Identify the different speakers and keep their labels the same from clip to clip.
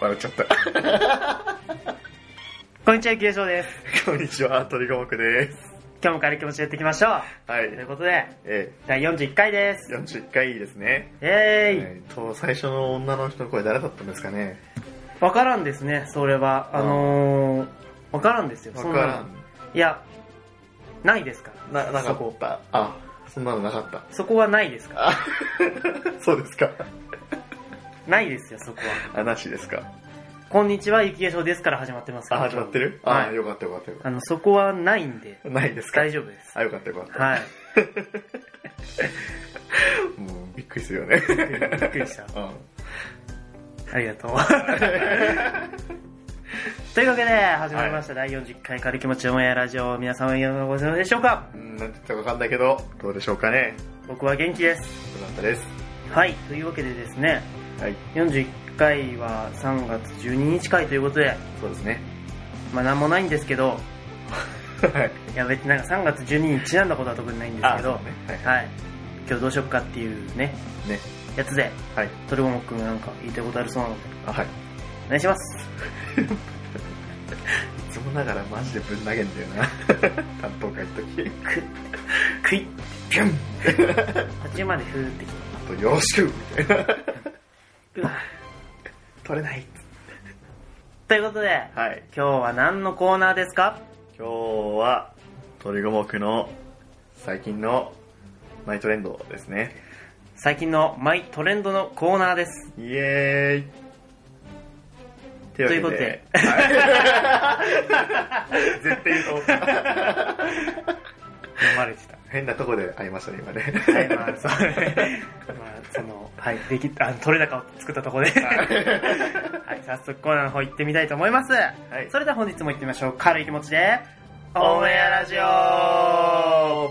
Speaker 1: 笑っちゃった。
Speaker 2: こんにちは、ゆきでしょうです。
Speaker 1: こんにちは、鳥ごくです。
Speaker 2: 今日も軽い気持ちでやっていきましょう。
Speaker 1: はい
Speaker 2: ということで、
Speaker 1: え
Speaker 2: 第41回です。
Speaker 1: ー、41回ですね。
Speaker 2: えーい。
Speaker 1: えっと、最初の女の人の声誰だったんですかね
Speaker 2: わからんですね、それは。あのー、わからんですよ、
Speaker 1: わ
Speaker 2: そん
Speaker 1: か
Speaker 2: な
Speaker 1: ら
Speaker 2: の
Speaker 1: ん。
Speaker 2: いや、ないですから。
Speaker 1: な、なか
Speaker 2: そこ
Speaker 1: った。あ、そんなのなか った。
Speaker 2: そこはないですから。
Speaker 1: あ、そうですか。
Speaker 2: ないですよ、そこは。
Speaker 1: あ、なしですか。
Speaker 2: こんにちは、ゆきでしょうですから始まってますか
Speaker 1: あ、
Speaker 2: ら
Speaker 1: 始まってる
Speaker 2: は
Speaker 1: あ、
Speaker 2: い。
Speaker 1: よかったよかったよか
Speaker 2: あ
Speaker 1: っ
Speaker 2: の、そこはないんで、
Speaker 1: た。ないですか
Speaker 2: 大丈夫です。
Speaker 1: あ、よかったよかった。
Speaker 2: はい。
Speaker 1: もうびっくりするよ ね。
Speaker 2: びっくりした。
Speaker 1: うん。
Speaker 2: あり がとう。というわけで、始まりました、第40回軽い気持ちオンエアラジオ。皆様、いかがお過ごしのでしょうか
Speaker 1: うんなんて言ったかわかんないけど、どうでしょうかね。
Speaker 2: 僕は元気です。
Speaker 1: よかったです。
Speaker 2: はい、というわけでですね、
Speaker 1: はい、
Speaker 2: 41回は3月12日回ということで、
Speaker 1: そうですね。
Speaker 2: まあなんもないんですけど、
Speaker 1: はい。
Speaker 2: いや別になんか3月12日にちなんだことは特にないんです
Speaker 1: あ、
Speaker 2: け
Speaker 1: そ
Speaker 2: ど、
Speaker 1: うね。はい。
Speaker 2: はい、今日どうしよっかっていうね、
Speaker 1: ね。
Speaker 2: やつで、
Speaker 1: はい。
Speaker 2: トルゴモくんがなんか言いたいことあるそうなので、
Speaker 1: あ、はい。
Speaker 2: お願いします。
Speaker 1: いつもながらマジでぶん投げんだよな。 担当会の時。
Speaker 2: クイッ
Speaker 1: ピュン
Speaker 2: 8時までふーってき
Speaker 1: あとよろしくみたいな。
Speaker 2: てうわ
Speaker 1: 取れない。
Speaker 2: ということで、
Speaker 1: はい。
Speaker 2: 今日は何のコーナーですか
Speaker 1: 今日は、鳥五目の最近のマイトレンドですね。
Speaker 2: 最近のマイトレンドのコーナーです。
Speaker 1: イエーイと
Speaker 2: いう
Speaker 1: い
Speaker 2: わ
Speaker 1: うわ
Speaker 2: け
Speaker 1: け
Speaker 2: で
Speaker 1: で。はい、絶対言うと思った。
Speaker 2: 読まれてた。
Speaker 1: 変なとこで会いましたね、今ね。
Speaker 2: はい、まあ、そうまあ、その、はい、でき、あの、取れ高を作ったところで。はい、早速コーナーの方行ってみたいと思います。
Speaker 1: い
Speaker 2: それでは本日も行ってみましょう。軽い気持ちで、オンエアラジオ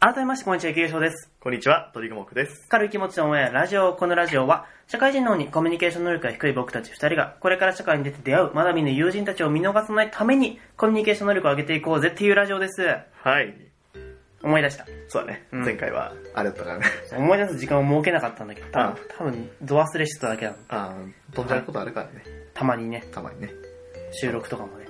Speaker 2: 改めまして、こんにちは、池江翔です。
Speaker 1: こんにちは、鳥五目です。
Speaker 2: 軽い気持ちのオンエアラジオ。このラジオは、社会人の方にコミュニケーション能力が低い僕たち二人が、これから社会に出て出会う、まだ見ぬ友人たちを見逃さないために、コミュニケーション能力を上げていこうぜっていうラジオです。
Speaker 1: はい。
Speaker 2: 思い出した。
Speaker 1: そうだね、
Speaker 2: うん
Speaker 1: 前回はあれだったからね。
Speaker 2: 思い出す時間を設けなかったんだけど、多
Speaker 1: あ
Speaker 2: 分、多分ド忘れしてただけなの。
Speaker 1: あー飛んじゃうことあるからね、
Speaker 2: たまにね、
Speaker 1: たまにね。
Speaker 2: 収録とかもね。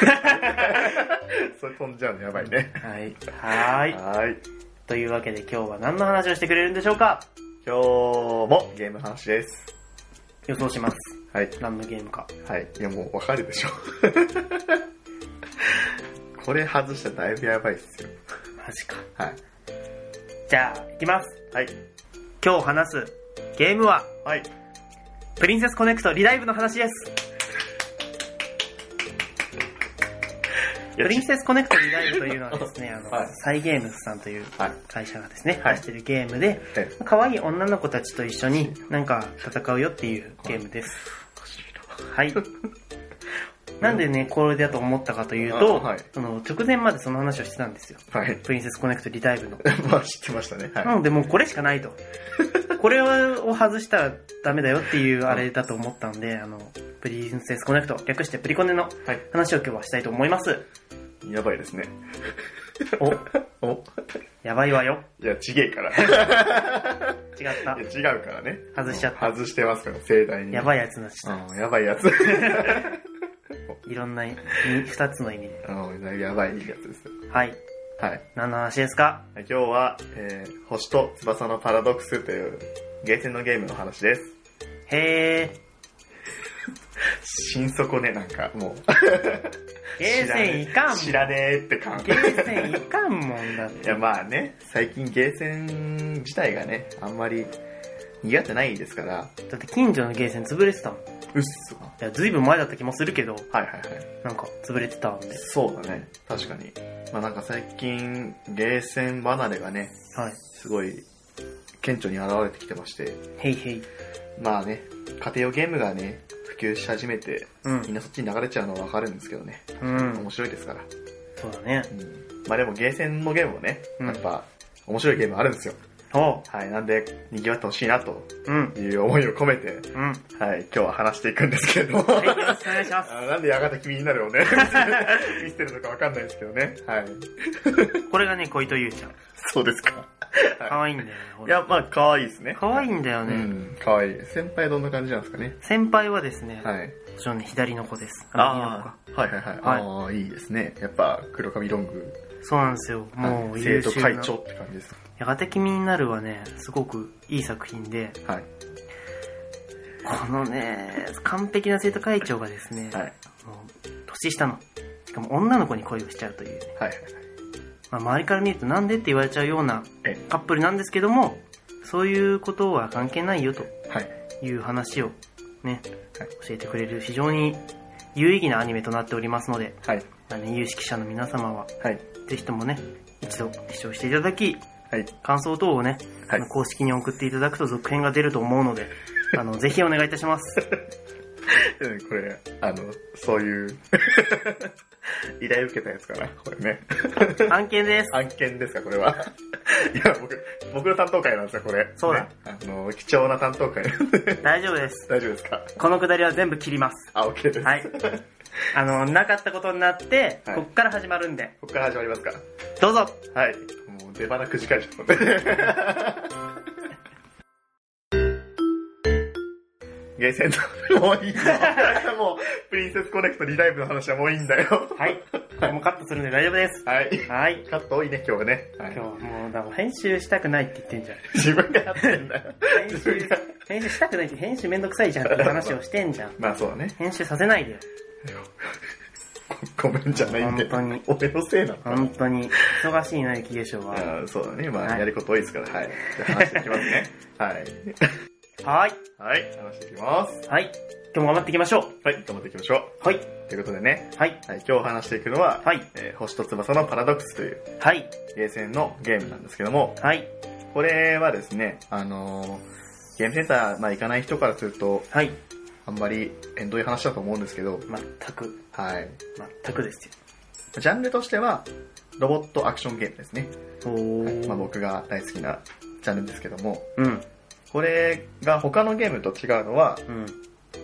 Speaker 1: それ飛んじゃうのやばいね。
Speaker 2: はい。はーい。
Speaker 1: はーい。
Speaker 2: というわけで今日は何の話をしてくれるんでしょうか
Speaker 1: 今日もゲームの話です。
Speaker 2: 予想します。
Speaker 1: はい。
Speaker 2: 何のゲームか。
Speaker 1: はい。いや、もうわかるでしょ。 これ外したらだいぶやばいっすよ。
Speaker 2: マジか。
Speaker 1: はい。
Speaker 2: じゃあ、いきます。
Speaker 1: はい。
Speaker 2: 今日話すゲームは、
Speaker 1: はい。
Speaker 2: プリンセスコネクトリライブの話です。プリンセスコネクトリライブというのはです ね、あの、
Speaker 1: はい
Speaker 2: サイゲームスさんという
Speaker 1: はい
Speaker 2: 会社がですね、
Speaker 1: はい
Speaker 2: 出してるゲームで、
Speaker 1: ええ
Speaker 2: 可愛い女の子たちと一緒になんか戦うよっていうゲームです。
Speaker 1: おかしい
Speaker 2: はい。なんでね、これだと思ったかという
Speaker 1: あ
Speaker 2: と、
Speaker 1: はい
Speaker 2: その直前までその話をしてたんですよ。
Speaker 1: なはい。
Speaker 2: プリンセスコネクトリダイブの。
Speaker 1: まあ知ってましたね。
Speaker 2: な
Speaker 1: は
Speaker 2: のでもうこれし かないと。これを外したらダメだよっていうあれだと思ったんで、あの、プリンセスコネクト、略してプリコネの
Speaker 1: はい
Speaker 2: 話を今日はしたいと思います。
Speaker 1: い。やばいですね。
Speaker 2: お、
Speaker 1: お
Speaker 2: やばいわよ。
Speaker 1: いや、ちげえから。 い
Speaker 2: 違った。
Speaker 1: や、違うからね。
Speaker 2: 外しちゃった
Speaker 1: 外してますから、盛大に。
Speaker 2: や
Speaker 1: い。
Speaker 2: ばいやつになっちゃっ
Speaker 1: うん、やばいや つ。
Speaker 2: た。いろんな、に二つの意味で。
Speaker 1: うん、だいぶやばいやつですよ。
Speaker 2: はい。
Speaker 1: はい。
Speaker 2: 何の話ですか
Speaker 1: 今日は、えー、星と翼のパラドックスというゲーセンのゲームの話です。
Speaker 2: へー。
Speaker 1: 新底ね、なんか、もう。
Speaker 2: ゲーセンいかんもん。
Speaker 1: 知らねえって感じ。
Speaker 2: ゲーセンいかんもんだっ
Speaker 1: い
Speaker 2: て。
Speaker 1: や、まあね、最近ゲーセン自体がね、あんまり苦手ないですから。
Speaker 2: だって近所のゲーセン潰れてたもん。いう
Speaker 1: っそ。は
Speaker 2: や、ずいぶん前だった気もするけど、
Speaker 1: いはいはい。
Speaker 2: なんか潰れてたんで。
Speaker 1: そうだね、確かに。まあなんか最近、ゲーセン離れがね、
Speaker 2: はい。
Speaker 1: すごい、顕著に現れてきてまして。
Speaker 2: へいへい。
Speaker 1: まあね、家庭用ゲームがね、普及し始めて、
Speaker 2: うん
Speaker 1: みんなそっちに流れちゃうのはわかるんですけどね。
Speaker 2: うん
Speaker 1: 面。白いですから。
Speaker 2: そうだね。
Speaker 1: まあでもゲーセンのゲームもね、
Speaker 2: うん
Speaker 1: やっぱ面白いゲームあるんですよ。
Speaker 2: おう。
Speaker 1: はい、なんで、賑わってほしいなと
Speaker 2: うん。
Speaker 1: いう思いを込めて、
Speaker 2: うん。
Speaker 1: はい、今日は話していくんですけれども。
Speaker 2: はい、よろしくお願いしま す。
Speaker 1: あなんでやがて君になるよね。 見てるのかわかんないですけどね。はい。
Speaker 2: これがね、恋とゆうちゃん。
Speaker 1: そうですか。
Speaker 2: 可愛いんだよね、ほ
Speaker 1: い
Speaker 2: ら
Speaker 1: や、まあ、可愛いですね。
Speaker 2: 可愛いんだよ
Speaker 1: う
Speaker 2: ね。
Speaker 1: ん、可愛い。先輩どんな感じなんですかね。
Speaker 2: 先輩はですね、
Speaker 1: はい。
Speaker 2: もちろんね、左の子です。右の子か
Speaker 1: ああ、はいはいはい。ああ、いいですね。やっぱ、黒髪ロング。
Speaker 2: そうなんですよ。も
Speaker 1: は
Speaker 2: う
Speaker 1: い
Speaker 2: 優
Speaker 1: 生徒
Speaker 2: 秀な、
Speaker 1: 会長って感じです。
Speaker 2: やがて君になるはね、すごくいい作品で、
Speaker 1: はい。
Speaker 2: このね、完璧な生徒会長がですね、
Speaker 1: はい。
Speaker 2: もう年下の、しかも女の子に恋をしちゃうというね、
Speaker 1: はい。
Speaker 2: まあ、周りから見るとなんでって言われちゃうような
Speaker 1: え
Speaker 2: カップルなんですけども、そういうことは関係ないよと
Speaker 1: はい。
Speaker 2: いう話をね、
Speaker 1: はい
Speaker 2: 教えてくれる非常に有意義なアニメとなっておりますので、
Speaker 1: はい。
Speaker 2: まあね、有識者の皆様は、
Speaker 1: はい。
Speaker 2: ぜひともね、一度視聴していただき、
Speaker 1: はい。
Speaker 2: 感想等をね、
Speaker 1: はい
Speaker 2: あの公式に送っていただくと続編が出ると思うので、あの、ぜひお願いいたします。
Speaker 1: うんこれ、あの、そういう、 依頼受けたやつかな、これね。
Speaker 2: 案件です。
Speaker 1: 案件ですか、これは。いや、僕、僕の担当会なんですよ、これ。
Speaker 2: そうだ
Speaker 1: ねあの、貴重な担当会。
Speaker 2: 大丈夫です。
Speaker 1: 大丈夫ですか
Speaker 2: このくだりは全部切ります。
Speaker 1: あ、OK です。
Speaker 2: はい
Speaker 1: こ
Speaker 2: あの、なかったことになって、
Speaker 1: はい
Speaker 2: こっから始まるんで、
Speaker 1: こから始まりますか。
Speaker 2: どうぞ
Speaker 1: はい。もう出花くじかれちゃったので。ゲーセンの、もういいよ。もう、プリンセスコネクトリライブの話はもういいんだよ。
Speaker 2: はい。もうカットするんで大丈夫です。
Speaker 1: はい。
Speaker 2: はい。
Speaker 1: カット多いね、今日はね。は
Speaker 2: 今
Speaker 1: い
Speaker 2: 日、もう、だから編集したくないって言ってんじゃん。
Speaker 1: 自分がやってんだよ。
Speaker 2: 編集、編集したくないって編集めんどくさいじゃんって話をしてんじゃん。
Speaker 1: まあそうだね。
Speaker 2: 編集させないでよ。
Speaker 1: ごめんじゃないんで。
Speaker 2: 本
Speaker 1: 俺のせいなの。
Speaker 2: 本当に、忙しいな、雪化粧は。
Speaker 1: あーそうだね。まあ、
Speaker 2: はい
Speaker 1: やること多いですから、はい。じゃあ話していきますね。 はい。
Speaker 2: はい。
Speaker 1: はい、話していきます。
Speaker 2: はい。今日も頑張っていきましょう。
Speaker 1: はい、頑張っていきましょう。
Speaker 2: はい。
Speaker 1: ということでね、
Speaker 2: はい。
Speaker 1: はい、今日話していくのは、
Speaker 2: はい。
Speaker 1: えー星と翼のパラドックスという
Speaker 2: はい。
Speaker 1: ゲーセンのゲームなんですけども、
Speaker 2: はい。
Speaker 1: これはですね、あのーゲームセンター、まあ、行かない人からすると、
Speaker 2: はい。
Speaker 1: あんまり遠慮い話だと思うんですけど、
Speaker 2: 全く、
Speaker 1: はい。
Speaker 2: 全くですよ。
Speaker 1: ジャンルとしては、ロボットアクションゲームですね。
Speaker 2: お
Speaker 1: はいまあ、
Speaker 2: ー。
Speaker 1: 僕が大好きなジャンルですけども、
Speaker 2: うん。
Speaker 1: これが他のゲームと違うのは、
Speaker 2: うん。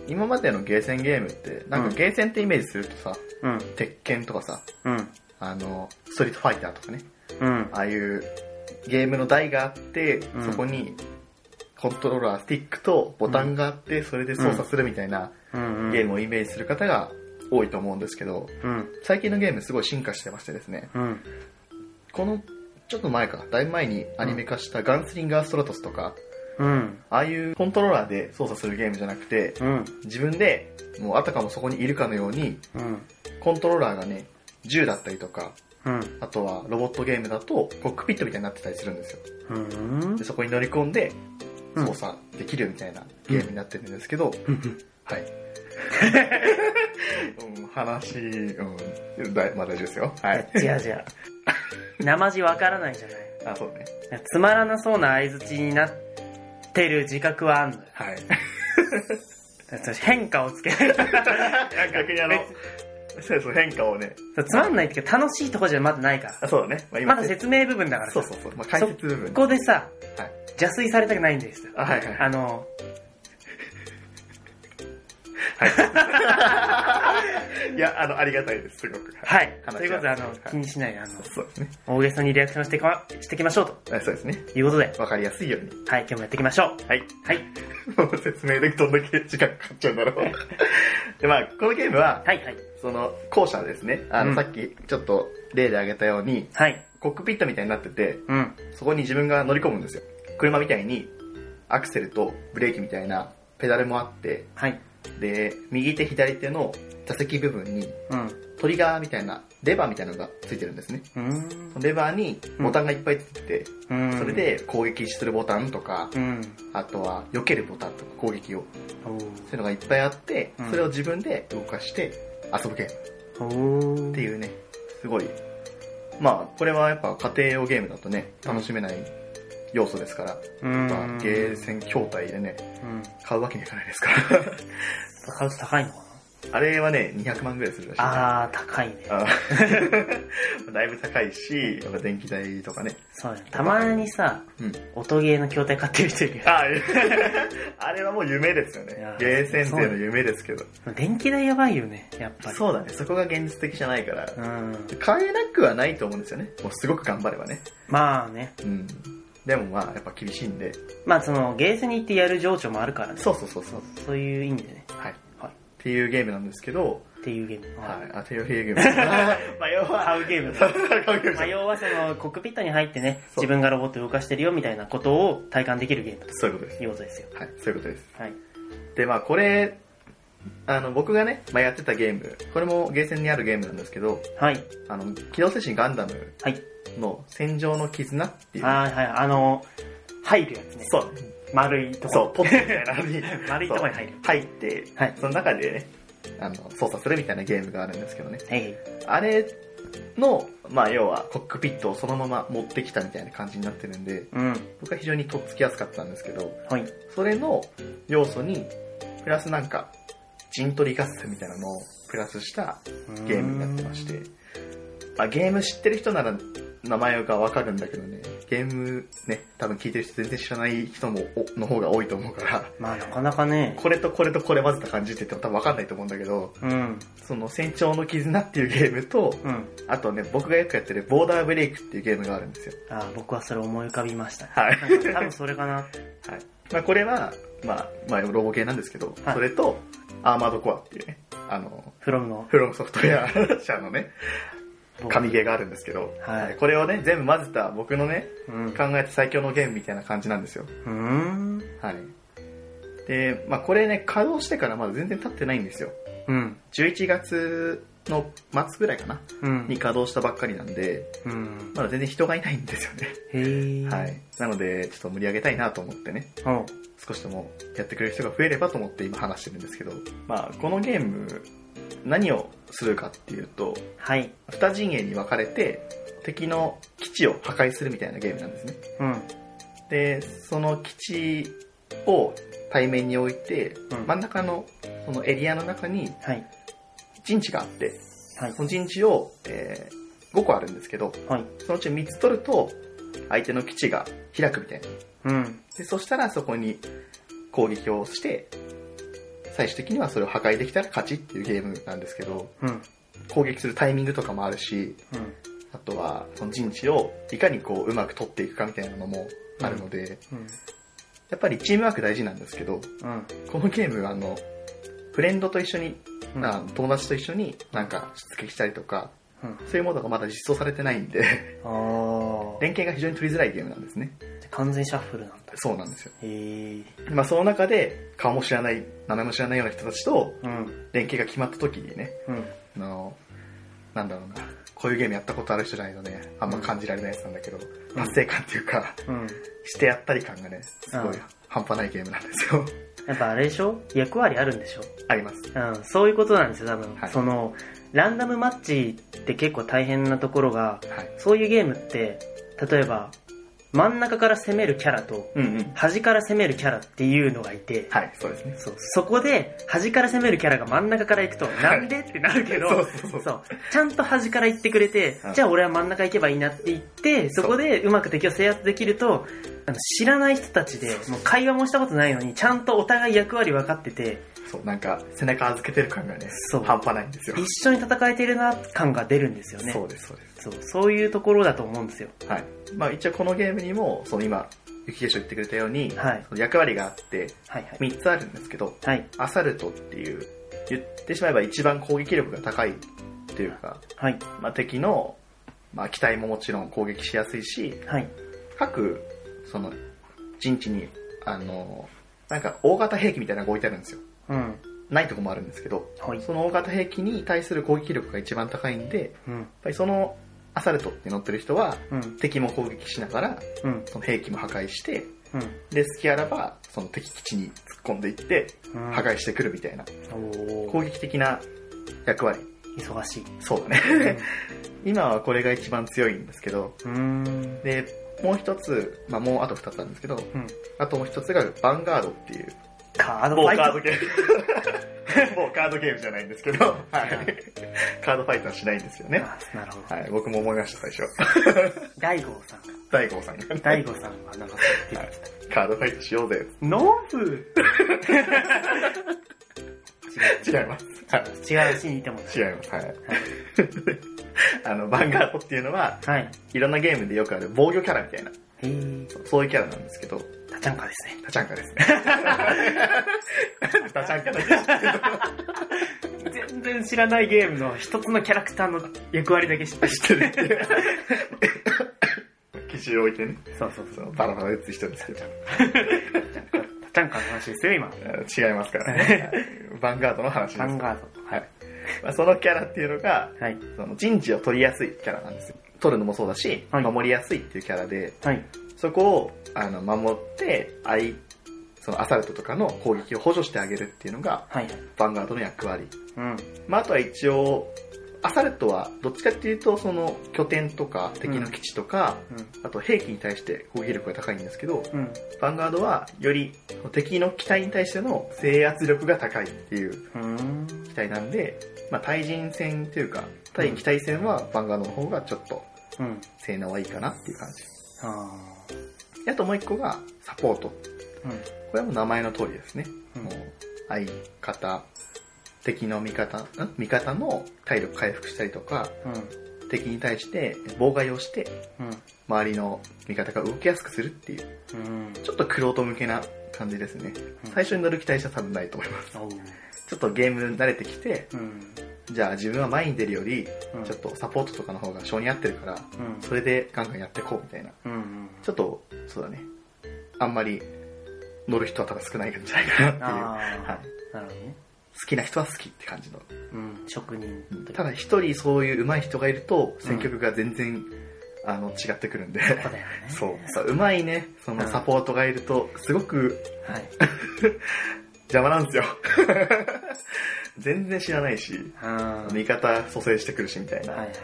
Speaker 1: 今までのゲーセンゲームって、なん
Speaker 2: う
Speaker 1: か
Speaker 2: ん
Speaker 1: ゲーセンってイメージするとさ、
Speaker 2: うん。
Speaker 1: 鉄拳とかさ、
Speaker 2: うん。
Speaker 1: あの、ストリートファイターとかね、
Speaker 2: うん。
Speaker 1: ああいうゲームの台があって、
Speaker 2: うん
Speaker 1: そこにコントローラー、スティックとボタンがあって、それで操作するみたいな
Speaker 2: うん。
Speaker 1: ゲームをイメージする方が多いと思うんですけど、
Speaker 2: うん。
Speaker 1: 最近のゲームすごい進化してましてですね、
Speaker 2: うん。
Speaker 1: このちょっと前か、だいぶ前にアニメ化したガンスリンガーストラトスとか、
Speaker 2: うん。
Speaker 1: ああいうコントローラーで操作するゲームじゃなくて、
Speaker 2: うん。
Speaker 1: 自分でもうあたかもそこにいるかのように
Speaker 2: うん。
Speaker 1: コントローラーがね、銃だったりとか、
Speaker 2: うん。
Speaker 1: あとはロボットゲームだとコックピットみたいになってたりするんですよ。
Speaker 2: うん
Speaker 1: で、。そこに乗り込んで
Speaker 2: うん
Speaker 1: 操作できるみたいなゲームになってるんですけど、はい。 うん話、うん、だまあ大丈夫ですよ。はい。
Speaker 2: 違う違う。生地わからないじゃない。
Speaker 1: あ、そうね。
Speaker 2: つまらなそうな相槌になってる自覚はあんのよ。
Speaker 1: はい。
Speaker 2: だから変化をつけないと。
Speaker 1: 逆にあの、そうそう、変化をね、
Speaker 2: つまんないっていうか楽しいとこじゃまだないか
Speaker 1: あそうだね。まあ
Speaker 2: ら。
Speaker 1: 今
Speaker 2: まだ説明部分だから
Speaker 1: そ
Speaker 2: さ
Speaker 1: うそうそう。まあ解説部分
Speaker 2: こ。こでさ、
Speaker 1: はい
Speaker 2: 邪推されたくないんですよ。
Speaker 1: あ、はいはい。
Speaker 2: あの、
Speaker 1: いや、あの、ありがたいです、すごく。い。
Speaker 2: はい。
Speaker 1: 話は
Speaker 2: ということで、あ
Speaker 1: は
Speaker 2: の
Speaker 1: い、
Speaker 2: 気にしないで、あの、
Speaker 1: そうですね。
Speaker 2: 大げさにリアクションしてか、していきましょう
Speaker 1: あそうですね。
Speaker 2: ということで、
Speaker 1: わかりやすいように。
Speaker 2: はい、今日もやっていきましょう。
Speaker 1: はい。
Speaker 2: はい。
Speaker 1: もう説明でどんだけ時間かかっちゃうんだ ろう。で、まあ、このゲームは、
Speaker 2: はい、はい。
Speaker 1: その、校舎ですね。あの、
Speaker 2: うん
Speaker 1: さっき、ちょっと、例で挙げたように、
Speaker 2: はい。
Speaker 1: コックピットみたいになってて、
Speaker 2: うん。
Speaker 1: そこに自分が乗り込むんですよ。車みたいに、アクセルとブレーキみたいな、ペダルもあって、
Speaker 2: はい。
Speaker 1: で、右手左手の座席部分に、
Speaker 2: うん。
Speaker 1: トリガーみたいな、レバーみたいなのがついてるんですね。
Speaker 2: うーん。
Speaker 1: レバーにボタンがいっぱいついてて、
Speaker 2: うん。
Speaker 1: それ、で攻撃するボタンとか、
Speaker 2: うん。
Speaker 1: あとは避けるボタンとか攻撃を、
Speaker 2: おー
Speaker 1: そういうのがいっぱいあって
Speaker 2: うん、
Speaker 1: それを自分で動かして遊ぶゲームっ
Speaker 2: おー
Speaker 1: ていうね、すごい、まあこれはやっぱ家庭用ゲームだとね、楽しめない要素ですから、
Speaker 2: う
Speaker 1: ま
Speaker 2: ん。
Speaker 1: あゲーセン筐体でね、
Speaker 2: うん。
Speaker 1: 買うわけにいかないですから。
Speaker 2: 買うと高いのか
Speaker 1: あれはね、200万ぐらいするらしい。
Speaker 2: あー、高いね。
Speaker 1: あ だいぶ高いし、やっぱ電気代とかね。
Speaker 2: そうだね。たまにさ、
Speaker 1: うん。
Speaker 2: 音ゲーの筐体買ってる人いるよ。
Speaker 1: あ あれはもう夢ですよね
Speaker 2: いや。
Speaker 1: ゲーセン勢の夢ですけど。
Speaker 2: 電気代やばいよね、やっぱり。
Speaker 1: そうだね、そこが現実的じゃないから。
Speaker 2: うん。
Speaker 1: 買えなくはないと思うんですよね。もうすごく頑張ればね。
Speaker 2: まあね。
Speaker 1: うん。でもまあ、やっぱ厳しいんで。
Speaker 2: まあその、ゲーセンに行ってやる情緒もあるからね。
Speaker 1: そうそうそうそう。
Speaker 2: そういう意味でね。
Speaker 1: はい。
Speaker 2: はい。
Speaker 1: っていうゲームなんですけど、
Speaker 2: っていうゲーム。
Speaker 1: はい。あ、っていうゲ ーム。まあ、要は、
Speaker 2: 買うゲーム。
Speaker 1: 買うゲーム
Speaker 2: ま
Speaker 1: じ
Speaker 2: あ
Speaker 1: ゃん
Speaker 2: 要はその、コックピットに入ってね、
Speaker 1: そう
Speaker 2: 自分がロボットを動かしてるよみたいなことを体感できるゲーム
Speaker 1: そういうことです
Speaker 2: と。いうことですよ。
Speaker 1: はい、そういうことです。
Speaker 2: はい。
Speaker 1: で、まあこれ、あの、僕がね、まあ、やってたゲーム、これもゲーセンにあるゲームなんですけど、
Speaker 2: はい。
Speaker 1: あの、機動戦士ガンダム
Speaker 2: はい。
Speaker 1: の戦場の絆っていう。
Speaker 2: はいはい。あの、入るやつね。
Speaker 1: そう、
Speaker 2: 丸いとこ。。
Speaker 1: そう、ポットみたいなの に
Speaker 2: 丸いとこに入る
Speaker 1: そう入って、
Speaker 2: はい
Speaker 1: その中でね、あの、操作するみたいなゲームがあるんですけどね。
Speaker 2: はいはい。
Speaker 1: あれの、まあ要はコックピットをそのまま持ってきたみたいな感じになってるんで、
Speaker 2: うん。
Speaker 1: 僕は非常にとっつきやすかったんですけど、
Speaker 2: はい。
Speaker 1: それの要素に、プラスなんか、陣取り合戦みたいなのをプラスしたゲームになってまして、まあ、ゲーム知ってる人なら名前がわかるんだけどね、ゲームね、多分聞いてる人全然知らない人もおの方が多いと思うから、
Speaker 2: まあなかなかね、
Speaker 1: これとこれとこれ混ぜた感じって言っても多分わかんないと思うんだけど、
Speaker 2: うん、
Speaker 1: その船長の絆っていうゲームと、
Speaker 2: うん。
Speaker 1: あとね、僕がよくやってるボーダーブレイクっていうゲームがあるんですよ。
Speaker 2: あ僕はそれ思い浮かびま した。
Speaker 1: はい。
Speaker 2: なんか多分それかな。
Speaker 1: はい。まあ、これは、まあ、まあ、ロボ系なんですけど、
Speaker 2: はい
Speaker 1: それと、アーマードコアっていうね、あの、
Speaker 2: フロムの
Speaker 1: フロムソフトウェア社のね、神ゲーがあるんですけど、
Speaker 2: はい
Speaker 1: これをね、全部混ぜた僕のね、
Speaker 2: うん。
Speaker 1: 考えて最強のゲームみたいな感じなんですよ。
Speaker 2: うーん。
Speaker 1: はい。で、まあ、これね、稼働してからまだ全然経ってないんですよ。
Speaker 2: うん。
Speaker 1: 11月の末ぐらいかな、
Speaker 2: うん。
Speaker 1: に稼働したばっかりなんで、
Speaker 2: うん。
Speaker 1: まだ全然人がいないんですよね。
Speaker 2: へー。
Speaker 1: はい。なので、ちょっと盛り上げたいなと思ってね、
Speaker 2: おう。
Speaker 1: 少しでもやってくれる人が増えればと思って今話してるんですけど、まあ、このゲーム、何をするかっていうと、
Speaker 2: はい。
Speaker 1: 二陣営に分かれて、敵の基地を破壊するみたいなゲームなんですね。
Speaker 2: うん。
Speaker 1: で、その基地を対面に置いて、
Speaker 2: うん
Speaker 1: 真ん中のそのエリアの中に
Speaker 2: はい。
Speaker 1: 陣地があって、
Speaker 2: はい。
Speaker 1: その陣地を、え5個あるんですけど、
Speaker 2: はい。
Speaker 1: そのうち3つ取ると、相手の基地が開くみたいな。
Speaker 2: うん。
Speaker 1: で、そしたらそこに攻撃をして、最終的にはそれを破壊できたら勝ちっていうゲームなんですけど、
Speaker 2: うん。
Speaker 1: 攻撃するタイミングとかもあるし、
Speaker 2: うん。
Speaker 1: あとはその陣地をいかにこううまく取っていくかみたいなのもあるので、
Speaker 2: うん。
Speaker 1: やっぱりチームワーク大事なんですけど、
Speaker 2: うん。
Speaker 1: このゲームはあの、フレンドと一緒に、
Speaker 2: うん
Speaker 1: あ友達と一緒になんか出撃したりとか、
Speaker 2: うん。
Speaker 1: そういうものがまだ実装されてないんで、
Speaker 2: あー。
Speaker 1: 連携が非常に取りづらいゲームなんですね。
Speaker 2: 完全シャッフルなんだ。
Speaker 1: そうなんですよ。
Speaker 2: へー。
Speaker 1: まあその中で顔も知らない、名前も知らないような人たちと
Speaker 2: うん。
Speaker 1: 連携が決まった時にね、
Speaker 2: うん。
Speaker 1: あの、なんだろうな、こういうゲームやったことある人じゃないとね、あんま感じられないやつなんだけど、達成感っていうか、
Speaker 2: うん。
Speaker 1: してやったり感がね、すごい
Speaker 2: うん
Speaker 1: 半端ないゲームなんですよ。
Speaker 2: やっぱあれでしょ役割あるんでしょ
Speaker 1: あります。
Speaker 2: うん、そういうことなんですよ、多分。
Speaker 1: はい
Speaker 2: その、ランダムマッチって結構大変なところが、
Speaker 1: はい。
Speaker 2: そういうゲームって、例えば、真ん中から攻めるキャラと、
Speaker 1: うんうん。
Speaker 2: 端から攻めるキャラっていうのがいて、
Speaker 1: はい、そうですね。
Speaker 2: そうそこで、端から攻めるキャラが真ん中から行くと、なんでってなるけ ど、
Speaker 1: そうそうそう
Speaker 2: そうちゃんと端から行ってくれて
Speaker 1: うん、
Speaker 2: じゃあ俺は真ん中行けばいいなって言って、そこでうまく敵を制圧できると、あの知らない人たちで、もう会話もしたことないのに、ちゃんとお互い役割分かってて、
Speaker 1: そう、なんか背中預けてる感がね
Speaker 2: そう、
Speaker 1: 半端ないんですよ。
Speaker 2: 一緒に戦えてるな感が出るんですよね。
Speaker 1: そうです、そうです。
Speaker 2: そうそういうところだと思うんですよ。
Speaker 1: はい。まあ一応このゲームにも、その今、雪化粧言ってくれたように、
Speaker 2: はい
Speaker 1: その役割があって、
Speaker 2: はいはい。
Speaker 1: 3つあるんですけど、
Speaker 2: はい。
Speaker 1: アサルトっていう、言ってしまえば一番攻撃力が高いっていうか、
Speaker 2: はい。
Speaker 1: まあ、敵の、まあ、機体ももちろん攻撃しやすいし、
Speaker 2: はい。
Speaker 1: 各、その、陣地に、あの、なんか大型兵器みたいなのが置いてあるんですよ。
Speaker 2: うん。
Speaker 1: ないとこもあるんですけど、
Speaker 2: はい。
Speaker 1: その大型兵器に対する攻撃力が一番高いんで、やっ
Speaker 2: うん。
Speaker 1: ぱりそのアサルトって乗ってる人は、
Speaker 2: うん。
Speaker 1: 敵も攻撃しながら、
Speaker 2: うん。
Speaker 1: その兵器も破壊して、
Speaker 2: うん。
Speaker 1: で、隙あらば、その敵基地に突っ込んでいって、
Speaker 2: うん
Speaker 1: 破壊してくるみたいな、
Speaker 2: お
Speaker 1: 攻
Speaker 2: ー。
Speaker 1: 撃的な役割。
Speaker 2: 忙し い。
Speaker 1: そうだね。今はこれが一番強いんですけど、
Speaker 2: うん。うん。
Speaker 1: で、もう一つ、まあもうあと二つあるんですけど、
Speaker 2: うん。
Speaker 1: あともう一つがヴァンガードっていう、
Speaker 2: カードフ
Speaker 1: 某
Speaker 2: ァイ
Speaker 1: カード
Speaker 2: ト。
Speaker 1: ゲーム。某カードゲームじゃないんですけど、はい。カードファイターしないんですよね。
Speaker 2: あなるほど。
Speaker 1: はい、僕も思いました、最初。
Speaker 2: 大悟さんが、
Speaker 1: 大悟さんが、
Speaker 2: 大悟さんがなんかそう言ってきた。
Speaker 1: カードファイターしようぜ。
Speaker 2: ノーブ
Speaker 1: 違います。はい
Speaker 2: 違うシーンいてもない。
Speaker 1: 違います。はい。 あの、バンガードっていうのは、
Speaker 2: はい。
Speaker 1: いろんなゲームでよくある防御キャラみたいな、
Speaker 2: へー
Speaker 1: そうそういうキャラなんですけど、
Speaker 2: タチャンカですね。
Speaker 1: タチャンカ ですね。タチャンカだけ
Speaker 2: 全然知らないゲームの一つのキャラクターの役割だけ知ってる。
Speaker 1: 知ってるっていう。基準を置いてね、
Speaker 2: そうそう
Speaker 1: そ
Speaker 2: そう。
Speaker 1: のバラバラ打つ人ですけど、
Speaker 2: タチャンカの話ですよ、今。
Speaker 1: 違いますから ね。はいバンガードの話ですか
Speaker 2: ア
Speaker 1: ら。
Speaker 2: ンガード。
Speaker 1: はい。まあ、そのキャラっていうのが、
Speaker 2: はい。
Speaker 1: その人事を取りやすいキャラなんですよ。取るのもそうだし、
Speaker 2: はい
Speaker 1: 守りやすいっていうキャラで、
Speaker 2: はい。
Speaker 1: そこを、あの、守って、相、そのアサルトとかの攻撃を補助してあげるっていうのが、
Speaker 2: はい。
Speaker 1: ヴァンガードの役割。
Speaker 2: うん。
Speaker 1: まあ、あとは一応、アサルトは、どっちかっていうと、その、拠点とか、敵の基地とか、あと兵器に対して攻撃力が高いんですけど、
Speaker 2: うん。うん。
Speaker 1: ヴァンガードは、より、敵の機体に対しての制圧力が高いっていう
Speaker 2: うーん。
Speaker 1: 機体なんで、まあ、対人戦というか、対機体戦はヴァンガードの方がちょっと
Speaker 2: うん。
Speaker 1: 性能はいいかなっていう感じ。
Speaker 2: あー
Speaker 1: であともう一個がサポート。こ
Speaker 2: う
Speaker 1: れはもう名前の通りですね。
Speaker 2: ん。
Speaker 1: もう
Speaker 2: うん。
Speaker 1: 相方、敵の味方、ん味方の体力回復したりとか、
Speaker 2: う
Speaker 1: 敵に対して妨害をして、
Speaker 2: ん。
Speaker 1: 周りの味方が動きやすくするっていう、
Speaker 2: うん。
Speaker 1: ちょっとクロート向けな感じですね。最初に乗る機体じゃ多分ないと思います。
Speaker 2: おう。
Speaker 1: ちょっとゲーム慣れてきて、
Speaker 2: うん。
Speaker 1: じゃあ自分は前に出るより、
Speaker 2: うん
Speaker 1: ちょっとサポートとかの方が性に合ってるから、
Speaker 2: うん。
Speaker 1: それでガンガンやっていこうみたいな。
Speaker 2: うん。うん。
Speaker 1: ちょっと、そうだね。あんまり乗る人は多分少ないんじゃないかなって
Speaker 2: あ
Speaker 1: いう。はい
Speaker 2: あ。なるほどね。
Speaker 1: 好きな人は好きって感じの。
Speaker 2: うん。職人という
Speaker 1: た
Speaker 2: か。
Speaker 1: だ一人そういう上手い人がいると、選曲が全然、あの、違ってくるんで。
Speaker 2: そうだよね。
Speaker 1: そう。そう上手いね、そのサポートがいると、すごく
Speaker 2: はい。
Speaker 1: 邪魔なんですよ。 全然知らないし、
Speaker 2: あー
Speaker 1: 味方蘇生してくるしみたい
Speaker 2: はいは
Speaker 1: な、
Speaker 2: いはい。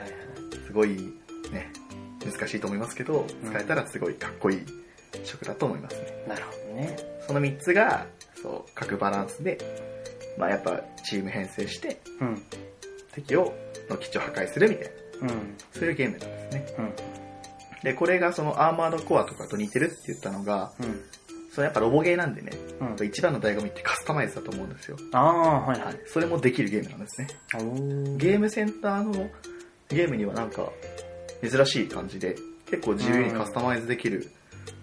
Speaker 1: すごいね、難しいと思いますけど、使えたらすごいかっこいい曲だと思いますね。
Speaker 2: なるほどね。
Speaker 1: その3つが、そう、各バランスで、まあやっぱチーム編成して、
Speaker 2: うん。
Speaker 1: 敵を、の基地を破壊するみたいな、
Speaker 2: うん。
Speaker 1: そういうゲームなんですね。
Speaker 2: うん。
Speaker 1: で、これがそのアーマードコアとかと似てるって言ったのが、
Speaker 2: うん。
Speaker 1: そのやっぱロボゲーなんでね、
Speaker 2: うん。
Speaker 1: 一番の醍醐味ってカスタマイズだと思うんですよ。
Speaker 2: ああ、はいはい。
Speaker 1: それもできるゲームなんですね。
Speaker 2: おー
Speaker 1: ゲームセンターのゲームにはなんか、珍しい感じで、結構自由にカスタマイズできる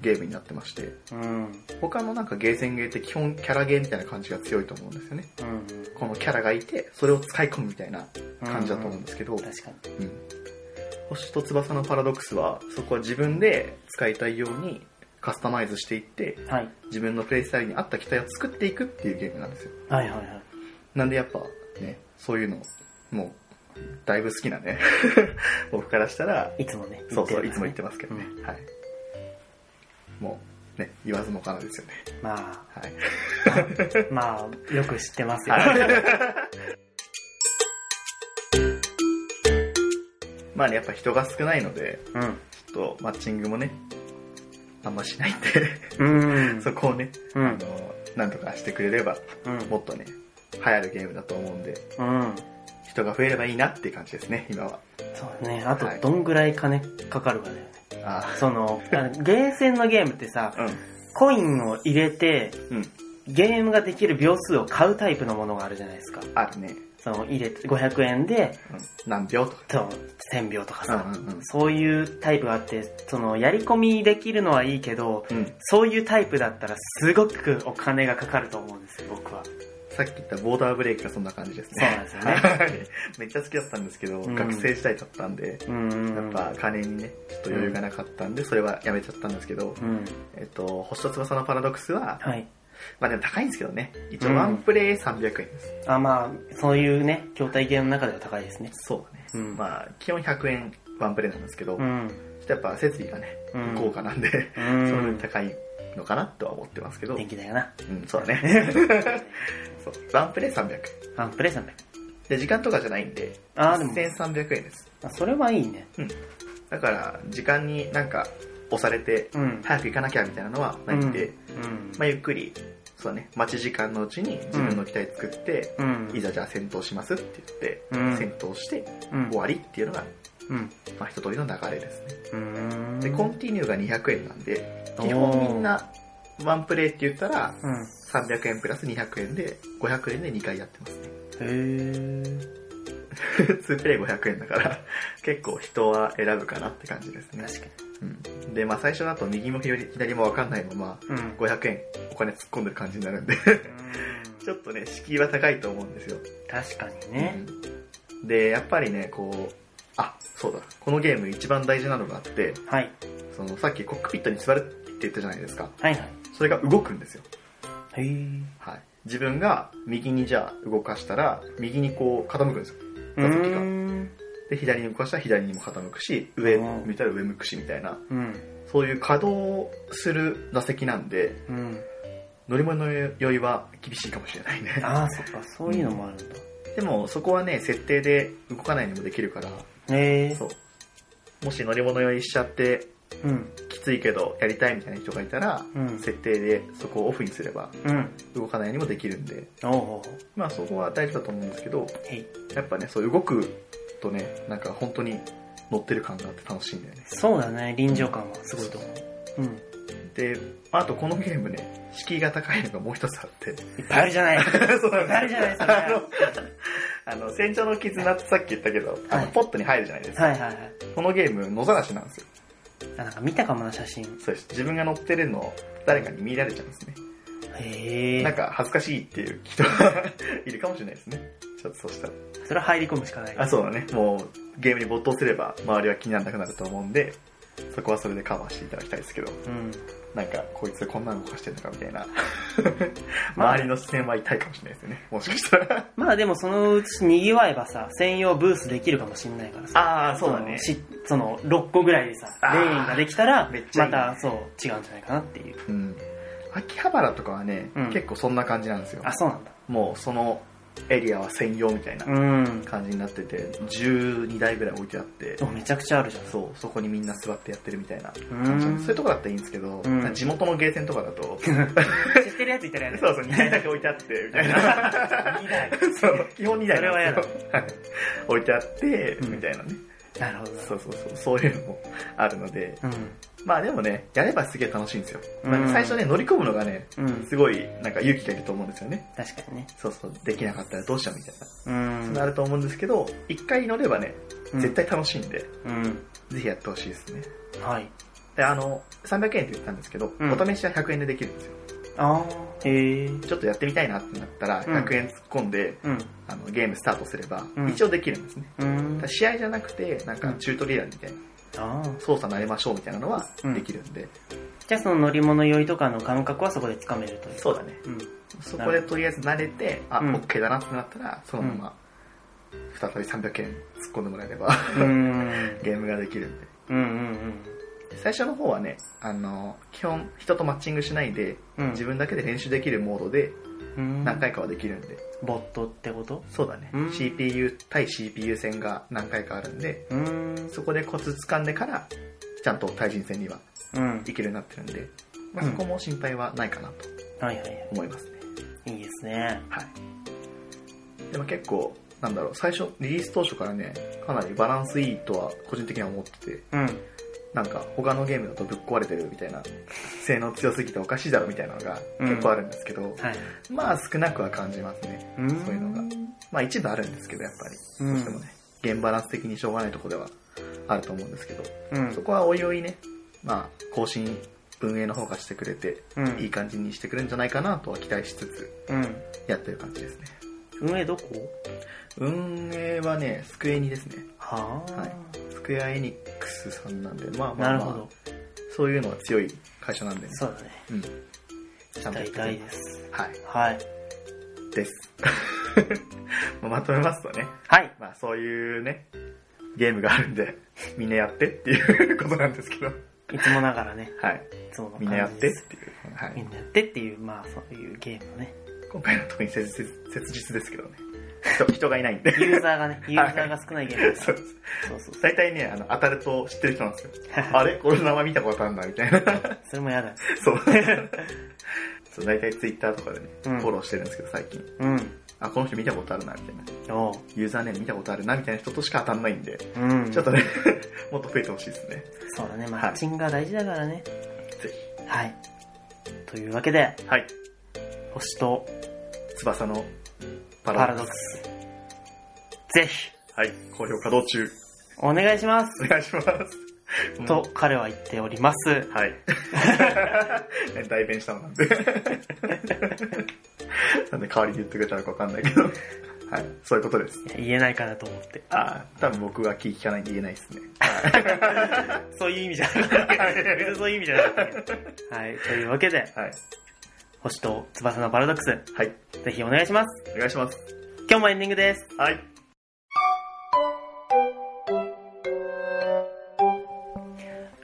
Speaker 1: ゲームになってまして、
Speaker 2: うん。
Speaker 1: 他のなんかゲーセンゲーって基本キャラゲーみたいな感じが強いと思うんですよね。
Speaker 2: うん。
Speaker 1: このキャラがいて、それを使い込むみたいな感じだと思うんですけど、
Speaker 2: 確か
Speaker 1: う
Speaker 2: に。
Speaker 1: ん星と翼のパラドックスは、そこは自分で使いたいようにカスタマイズしていって、
Speaker 2: はい。
Speaker 1: 自分のプレイスタイルに合った機体を作っていくっていうゲームなんですよ。
Speaker 2: はいはいはい。
Speaker 1: なんでやっぱね、そういうの、もう、だいぶ好きなね、 僕からしたら、
Speaker 2: いつもね。
Speaker 1: そうそう、い
Speaker 2: 言っ
Speaker 1: つ
Speaker 2: て
Speaker 1: も
Speaker 2: る
Speaker 1: 言
Speaker 2: や
Speaker 1: っ
Speaker 2: つ
Speaker 1: て
Speaker 2: ね
Speaker 1: ますけどね。はい。もう、ね、言わずもかなですよね。
Speaker 2: まあ、
Speaker 1: はい。
Speaker 2: まあ、よく知ってますよ。
Speaker 1: まあね、やっぱ人が少ないので、
Speaker 2: うん。
Speaker 1: ちょっとマッチングもね、あんましないんで、
Speaker 2: うん。
Speaker 1: そこをね、
Speaker 2: う
Speaker 1: あ
Speaker 2: ん。
Speaker 1: の、なんとかしてくれれば、
Speaker 2: うん。
Speaker 1: もっとね、流行るゲームだと思うんで、
Speaker 2: うん。
Speaker 1: 人が増えればいいなっていう感じですね、今は。
Speaker 2: そうね。あと
Speaker 1: はい、
Speaker 2: どんぐらい金かかるかだよね。
Speaker 1: あ
Speaker 2: その、あのゲーセンのゲームってさ、
Speaker 1: あ、
Speaker 2: コインを入れて、
Speaker 1: うん、うん、
Speaker 2: ゲームができる秒数を買うタイプのものがあるじゃないですか。
Speaker 1: あるね、
Speaker 2: その、入れて、500円で、
Speaker 1: うん、何秒とか。
Speaker 2: そう1000秒とかさ、
Speaker 1: うんうんうん
Speaker 2: そういうタイプがあって、その、やり込みできるのはいいけど、
Speaker 1: うん、
Speaker 2: そういうタイプだったらすごくお金がかかると思うんですよ、僕は。
Speaker 1: さっき言ったボーダーブレイクがそんな感じですね。
Speaker 2: そうなんですよね
Speaker 1: はい めっちゃ好きだったんですけど、
Speaker 2: うん
Speaker 1: 学生時代だったんで、
Speaker 2: うん。
Speaker 1: やっぱ、金にね、ちょっと余裕がなかったんで、それはやめちゃったんですけど、
Speaker 2: うん。
Speaker 1: えっと、星と翼のパラドックスは、
Speaker 2: はい。
Speaker 1: まあでも高いんですけどね、一
Speaker 2: う
Speaker 1: 応
Speaker 2: ん
Speaker 1: ワンプレイ300円です。
Speaker 2: あ、まあ、そういうね、筐体ゲームの中では高いですね。
Speaker 1: そうだね。
Speaker 2: うん。あ、
Speaker 1: まあ、基本100円ワンプレイなんですけど、
Speaker 2: う
Speaker 1: ちょ
Speaker 2: ん。
Speaker 1: っとやっぱ設備がね、
Speaker 2: うん
Speaker 1: 豪華なんで、
Speaker 2: う
Speaker 1: その分
Speaker 2: ん。
Speaker 1: 高いのかなとは思ってますけど、
Speaker 2: 電気だよな。
Speaker 1: うん、そうだね。 そうワンプレイ300円。
Speaker 2: あ、プレゼント。
Speaker 1: で、時間とかじゃないんで、
Speaker 2: あー、でも、
Speaker 1: 1300円です。
Speaker 2: あそれはいいね。
Speaker 1: だから、時間になんか押されて、
Speaker 2: うん。
Speaker 1: 早く行かなきゃみたいなのはないんで、
Speaker 2: うん。
Speaker 1: まあゆっくりそうだね、待ち時間のうちに自分の機体作って、
Speaker 2: うん
Speaker 1: いざじゃあ戦闘しますって
Speaker 2: う
Speaker 1: 言って、
Speaker 2: ん
Speaker 1: 戦闘して
Speaker 2: うん
Speaker 1: 終わりっていうのが、
Speaker 2: うん
Speaker 1: まあ、一通りの流れですね。
Speaker 2: うん
Speaker 1: で、コンティニューが200円なんで、
Speaker 2: おー
Speaker 1: 基本みんな、ワンプレイって言ったら、
Speaker 2: うんへ
Speaker 1: 300円プラス200円で、500円で2回やってますね。
Speaker 2: え
Speaker 1: 2プレイ500円だから、結構人は選ぶかなって感じですね。
Speaker 2: 確か
Speaker 1: うん、で、まあ最初だと右も左左もわかんないまま、
Speaker 2: にうん
Speaker 1: 500円お金突っ込んでる感じになるんで、 ちょっとね、敷居は高いと思うんですよ。
Speaker 2: 確かにね
Speaker 1: うんで、やっぱりね、こう、あ、そうだ、このゲーム一番大事なのがあって、
Speaker 2: はい
Speaker 1: そのさっきコックピットに座るって言ったじゃないですか。
Speaker 2: はいはい
Speaker 1: それが動くんですよ。
Speaker 2: へえ
Speaker 1: はい。自分が右にじゃあ動かしたら、右にこう傾くんですよ。座席が
Speaker 2: うん
Speaker 1: で、左に動かしたら左にも傾くし、上向いたら上向くしみたいな、
Speaker 2: うん
Speaker 1: そういう稼働する座席なんで、
Speaker 2: うん
Speaker 1: 乗り物酔いは厳しいかもしれないね。
Speaker 2: ああそっかそういうのもあるんだ
Speaker 1: でもそこはね、設定で動かないのもできるから、
Speaker 2: へえ
Speaker 1: そう。もし乗り物酔いしちゃって、
Speaker 2: うん
Speaker 1: きついけどやりたいみたいな人がいたら、
Speaker 2: うん
Speaker 1: 設定でそこをオフにすれば
Speaker 2: うん
Speaker 1: 動かないようにもできるんで、
Speaker 2: おお
Speaker 1: まあそこは大事だと思うんですけど、
Speaker 2: へい
Speaker 1: やっぱね、そう動くとね、なんか本当に乗ってる感があって楽しいんだよね。
Speaker 2: そうだね臨場感はすごいと思ううん
Speaker 1: で、あとこのゲームね、敷居が高いのがもう一つあって。
Speaker 2: いっぱいあるじゃない
Speaker 1: そう
Speaker 2: いっぱいあるじゃないですか
Speaker 1: あの、あの戦場の絆ってさっき言ったけど、あ
Speaker 2: は
Speaker 1: の
Speaker 2: い
Speaker 1: ポットに入るじゃないですか。
Speaker 2: はいはいはい
Speaker 1: このゲーム、野ざらしなんですよ。
Speaker 2: あなんか見たかもな写真
Speaker 1: そうです。自分が乗ってるのを誰かに見られちゃうんですね。
Speaker 2: へ
Speaker 1: なん
Speaker 2: え
Speaker 1: か恥ずかしいっていう人が いるかもしれないですね。ちょっとそうしたら。
Speaker 2: それは入り込むしかない
Speaker 1: あ、そうだね。もうゲームに没頭すれば周りは気にならなくなると思うんで、そこはそれでカバーしていただきたいですけど、
Speaker 2: うん
Speaker 1: なんかこいつこんなの動かしてるのかみた いな。
Speaker 2: まあ
Speaker 1: 周りの視線は痛いかもしれないですよね。もしかしたら。
Speaker 2: まあでもそのうち賑わえばさ、専用ブースできるかもしんないからさ。
Speaker 1: ああ、
Speaker 2: そのしその、6個ぐらいでさ、
Speaker 1: あ
Speaker 2: レ
Speaker 1: ー
Speaker 2: ーンができたら、
Speaker 1: めっちゃいいね
Speaker 2: またそう、違うんじゃないかなっていう。
Speaker 1: うん。秋葉原とかはね、
Speaker 2: うん
Speaker 1: 結構そんな感じなんですよ
Speaker 2: あ、。そうなんだ。
Speaker 1: もうそのエリアは専用みたいな
Speaker 2: うん。
Speaker 1: 感じになってて、12台ぐらい置いてあって、
Speaker 2: おめちゃくちゃあるじゃん。
Speaker 1: そう、そこにみんな座ってやってるみたいな
Speaker 2: う
Speaker 1: 感じなん
Speaker 2: ん
Speaker 1: です。そういうとこだったらいいんですけど、
Speaker 2: うん
Speaker 1: 地元のゲーセンとかだ と、
Speaker 2: 知ってるやついたらやる。
Speaker 1: そうそう、2台だけ置いてあって、みたいな。
Speaker 2: 見ない。
Speaker 1: そう、基本2台なんですよ
Speaker 2: そ
Speaker 1: はい置いてあって、
Speaker 2: うん
Speaker 1: みたいなね。
Speaker 2: なるほど。
Speaker 1: そうそうそう、そういうのもあるので、
Speaker 2: うん。
Speaker 1: まあでもね、やればすげえ楽しいんですよ。
Speaker 2: うん
Speaker 1: なんか最初ね、乗り込むのがね、
Speaker 2: うん。
Speaker 1: すごいなんか勇気がいると思うんですよね。
Speaker 2: 確かにね。
Speaker 1: そうそう、できなかったらどうしようみたいな。
Speaker 2: うん。
Speaker 1: なると思うんですけど、一回乗ればね、
Speaker 2: うん
Speaker 1: 絶。対楽しいんで、
Speaker 2: うん。
Speaker 1: ぜひやってほしいですね。
Speaker 2: はい。
Speaker 1: で、あの、300円って言ったんですけど、
Speaker 2: うん
Speaker 1: お試しは100円でできるんですよ。
Speaker 2: あー。へえ。
Speaker 1: ちょっとやってみたいなってなったら、
Speaker 2: うん
Speaker 1: 100円突っ込んで、
Speaker 2: うん。
Speaker 1: あのゲームスタートすれば、
Speaker 2: うん
Speaker 1: 一応できるんですね。
Speaker 2: うん
Speaker 1: ただ。試合じゃなくて、なんかチュートリアルみたいな、
Speaker 2: あー。
Speaker 1: 操作慣れましょうみたいなのは
Speaker 2: うん
Speaker 1: できるんで、
Speaker 2: じゃあその乗り物酔いとかの感覚はそこでつかめるという。
Speaker 1: そうだね。
Speaker 2: うん。
Speaker 1: そこでとりあえず慣れて、あ、
Speaker 2: うん
Speaker 1: OK だなってなったら、そのまま、再び300円突っ込んでもらえれ ば、
Speaker 2: うん。
Speaker 1: ゲームができるんで。
Speaker 2: うんうん
Speaker 1: 最初の方はね、あの、基本人とマッチングしないで、
Speaker 2: うん。
Speaker 1: 自分だけで練習できるモードで
Speaker 2: うん。
Speaker 1: 何回かはできるんで、
Speaker 2: ボットってこと
Speaker 1: そうだね、
Speaker 2: うん
Speaker 1: CPU 対 CPU 戦が何回かあるんで、
Speaker 2: うん。
Speaker 1: そこでコツ掴んでから、ちゃんと対人戦には
Speaker 2: うん。
Speaker 1: いけるようになってるんで、まあ、
Speaker 2: うん
Speaker 1: そこも心配はないかなと
Speaker 2: はいはいはい。
Speaker 1: 思いますね。
Speaker 2: いいですね。
Speaker 1: はい。でも結構、なんだろう、最初、リリース当初からね、かなりバランスいいとは個人的には思ってて、
Speaker 2: うん。
Speaker 1: なんか他のゲームだとぶっ壊れてるみたいな、性能強すぎておかしいだろみたいなのが
Speaker 2: うん
Speaker 1: 結構あるんですけど、
Speaker 2: はい。
Speaker 1: まあ少なくは感じますね。
Speaker 2: うん
Speaker 1: そういうのが。まあ一部あるんですけど、やっぱり。
Speaker 2: う
Speaker 1: ど
Speaker 2: ん
Speaker 1: うしてもね、ゲームバランス的にしょうがないとこではあると思うんですけど、
Speaker 2: うん
Speaker 1: そ。こはおいおいね、まあ更新運営の方がしてくれて、
Speaker 2: うん
Speaker 1: いい感じにしてくれるんじゃないかなとは期待しつつ、
Speaker 2: うん。
Speaker 1: やってる感じですね。
Speaker 2: 運営どこ
Speaker 1: 運営はね、スクエニですね。
Speaker 2: はあ、
Speaker 1: はいスクエアエニックスさんなんで、まあま
Speaker 2: な
Speaker 1: あ、
Speaker 2: る
Speaker 1: ま
Speaker 2: ほ
Speaker 1: あ
Speaker 2: ど。、
Speaker 1: そういうのは強い会社なんでね。
Speaker 2: そうだね。
Speaker 1: うん。ちゃんとやっ
Speaker 2: 大
Speaker 1: てく
Speaker 2: 体
Speaker 1: れる
Speaker 2: です。
Speaker 1: はい。
Speaker 2: はい。
Speaker 1: です。 まあまとめますとね、
Speaker 2: はい。
Speaker 1: まあそういうね、ゲームがあるんで、みんなやってっていうことなんですけど、
Speaker 2: いつもながらね、
Speaker 1: はい。
Speaker 2: いつもの感
Speaker 1: み
Speaker 2: じ
Speaker 1: んなやってっ
Speaker 2: です
Speaker 1: ていう。は
Speaker 2: み
Speaker 1: い。
Speaker 2: んなやってっていう、まあそういうゲームのね。
Speaker 1: 今回の特に切実切実ですけどね。人人がいないんで。
Speaker 2: ユーザー がね、ユーザーが少ないゲームだか
Speaker 1: そう
Speaker 2: ら
Speaker 1: です。
Speaker 2: そうそうそう。
Speaker 1: 大体ね、あの、当たると知ってる人なんです よ。あれこの名前見たことあるんだ、みたいな。
Speaker 2: それもやだ。
Speaker 1: そう。 そう大体ツイッターとかでね、
Speaker 2: うん
Speaker 1: フォローしてるんですけど、最近。
Speaker 2: うん。
Speaker 1: あ、この人見たことあるな、みたいな。
Speaker 2: おう。
Speaker 1: ユーザーネーム見たことあるな、みたいな人としか当たんないんで、
Speaker 2: うん。
Speaker 1: ちょっとね、 もっと増えてほしいですね。
Speaker 2: そうだね、マッチングが大事だからね。
Speaker 1: ぜ
Speaker 2: はい。というわけで、
Speaker 1: ひ。はい。
Speaker 2: 星と
Speaker 1: 翼のパ
Speaker 2: パ
Speaker 1: ラ
Speaker 2: ラ
Speaker 1: ド
Speaker 2: ド
Speaker 1: ッ
Speaker 2: ッ
Speaker 1: ク
Speaker 2: ク
Speaker 1: ス。
Speaker 2: ス。ぜひ、
Speaker 1: はい。好評稼働中。
Speaker 2: お願いします。
Speaker 1: お願いします。
Speaker 2: と、彼は言っております。
Speaker 1: はい。代弁したのなんで。 なんで代わりに言ってくれたのかわかんないけど。はい。そういうことです。
Speaker 2: いや言えないかなと思って。
Speaker 1: ああ、多分僕は気聞かないんで言えない ですね。
Speaker 2: そういう意味じゃなかった。別にそういう意味じゃなかった。はい。というわけで、
Speaker 1: はい。
Speaker 2: 星と翼のパラドックス、
Speaker 1: はい。
Speaker 2: ぜひお願いします。
Speaker 1: お願いします。
Speaker 2: 今日もエンディングです。
Speaker 1: はい。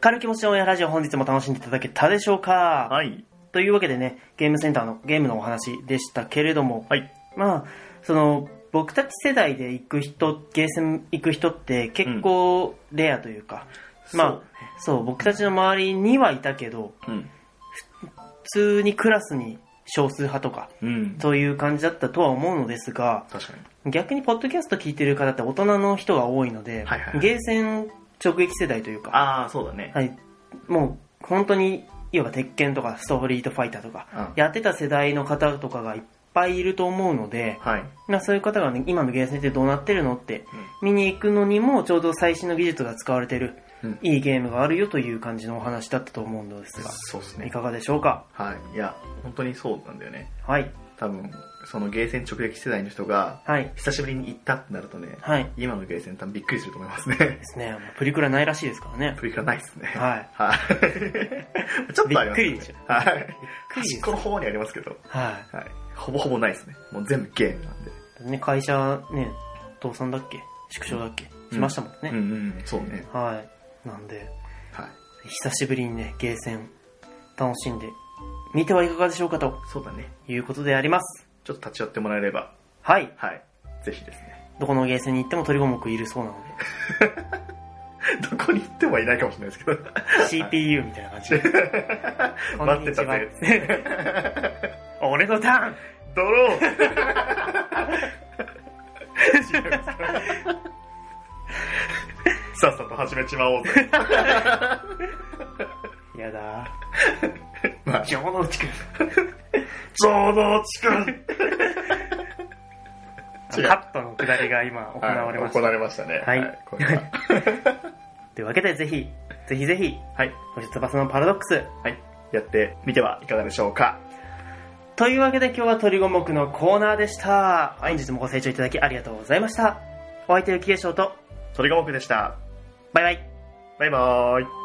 Speaker 2: 軽気持ちのオンエアラジオ本日も楽しんでいただけたでしょうか、
Speaker 1: はい。
Speaker 2: というわけでね、ゲームセンターのゲームのお話でしたけれども、
Speaker 1: はい。
Speaker 2: まあ、その、僕たち世代で行く人、ゲーセン行く人って結構レアというか、まあ、そう、僕たちの周りにはいたけど、
Speaker 1: あ、うん。
Speaker 2: 普通にクラスに少数派とか、
Speaker 1: うん。
Speaker 2: そういう感じだったとは思うのですが、
Speaker 1: 確かに。
Speaker 2: 逆にポッドキャスト聞いてる方って大人の人が多いので、
Speaker 1: はいはいはい
Speaker 2: ゲーセン直撃世代というか、
Speaker 1: ああ、そうだね。
Speaker 2: はい、もう本当に、いわば鉄拳とかストリートファイターとか、
Speaker 1: うん
Speaker 2: やってた世代の方とかがいっぱいいると思うので、
Speaker 1: はい。
Speaker 2: まあ、そういう方がね、今のゲーセンってどうなってるのって、見に行くのにもちょうど最新の技術が使われてる、
Speaker 1: うん
Speaker 2: いいゲームがあるよという感じのお話だったと思うのですが、
Speaker 1: そうです
Speaker 2: い
Speaker 1: ね。
Speaker 2: かがでしょうか
Speaker 1: はい。いや、本当にそうなんだよね。
Speaker 2: はい、
Speaker 1: 多分、そのゲーセン直撃世代の人が、
Speaker 2: はい、
Speaker 1: 久しぶりに行ったってなるとね、
Speaker 2: はい。で
Speaker 1: 今のゲーセン多分びっくりすると思いますね。
Speaker 2: すね、もうプリクラないらしいですからね。
Speaker 1: プリクラないですね。
Speaker 2: はい。
Speaker 1: はい。 ちょっとあります、ね。
Speaker 2: びっくりでしょ
Speaker 1: はい。
Speaker 2: くりでしょ
Speaker 1: 端っこの方にありますけど。
Speaker 2: は
Speaker 1: はい。ほぼほぼないですね。もう全部ゲームなんで。
Speaker 2: い。ね、会社ね、倒産だっけ縮小だっけしましたもん
Speaker 1: うん
Speaker 2: ね。
Speaker 1: うん、そうね。
Speaker 2: はい。なんで、
Speaker 1: はい。
Speaker 2: 久しぶりにね、ゲーセン、楽しんで、見てはいかがでしょうかと
Speaker 1: そうだね。
Speaker 2: いうことであります。
Speaker 1: ちょっと立ち寄ってもらえれば、
Speaker 2: はい。
Speaker 1: はい。ぜひですね。
Speaker 2: どこのゲーセンに行っても鳥五目いるそうなの
Speaker 1: どこに行ってもいないかもしれないですけど。
Speaker 2: で、CPU みたいな感じで。 こん
Speaker 1: 待
Speaker 2: に
Speaker 1: って
Speaker 2: ち
Speaker 1: た
Speaker 2: は
Speaker 1: ぜ。
Speaker 2: 俺のタ
Speaker 1: ドロー さっさと始めちまおうぜ。
Speaker 2: ーンやだ
Speaker 1: まあ
Speaker 2: ー。、情の内くん。
Speaker 1: ちょうど近い。
Speaker 2: あのカットの下りが今行われました。
Speaker 1: はい行われましたね。
Speaker 2: はい
Speaker 1: これは
Speaker 2: というわけで、ぜひ、ぜひぜひ、
Speaker 1: はい。
Speaker 2: 星翼のパラドックス。
Speaker 1: はい。やってみてはいかがでしょうか。
Speaker 2: というわけで今日は鳥五目のコーナーでした。本日もご清聴いただきありがとうございました。お相手は雪化粧と、
Speaker 1: 鳥が目でした。
Speaker 2: バイバイ。
Speaker 1: バイバーイ。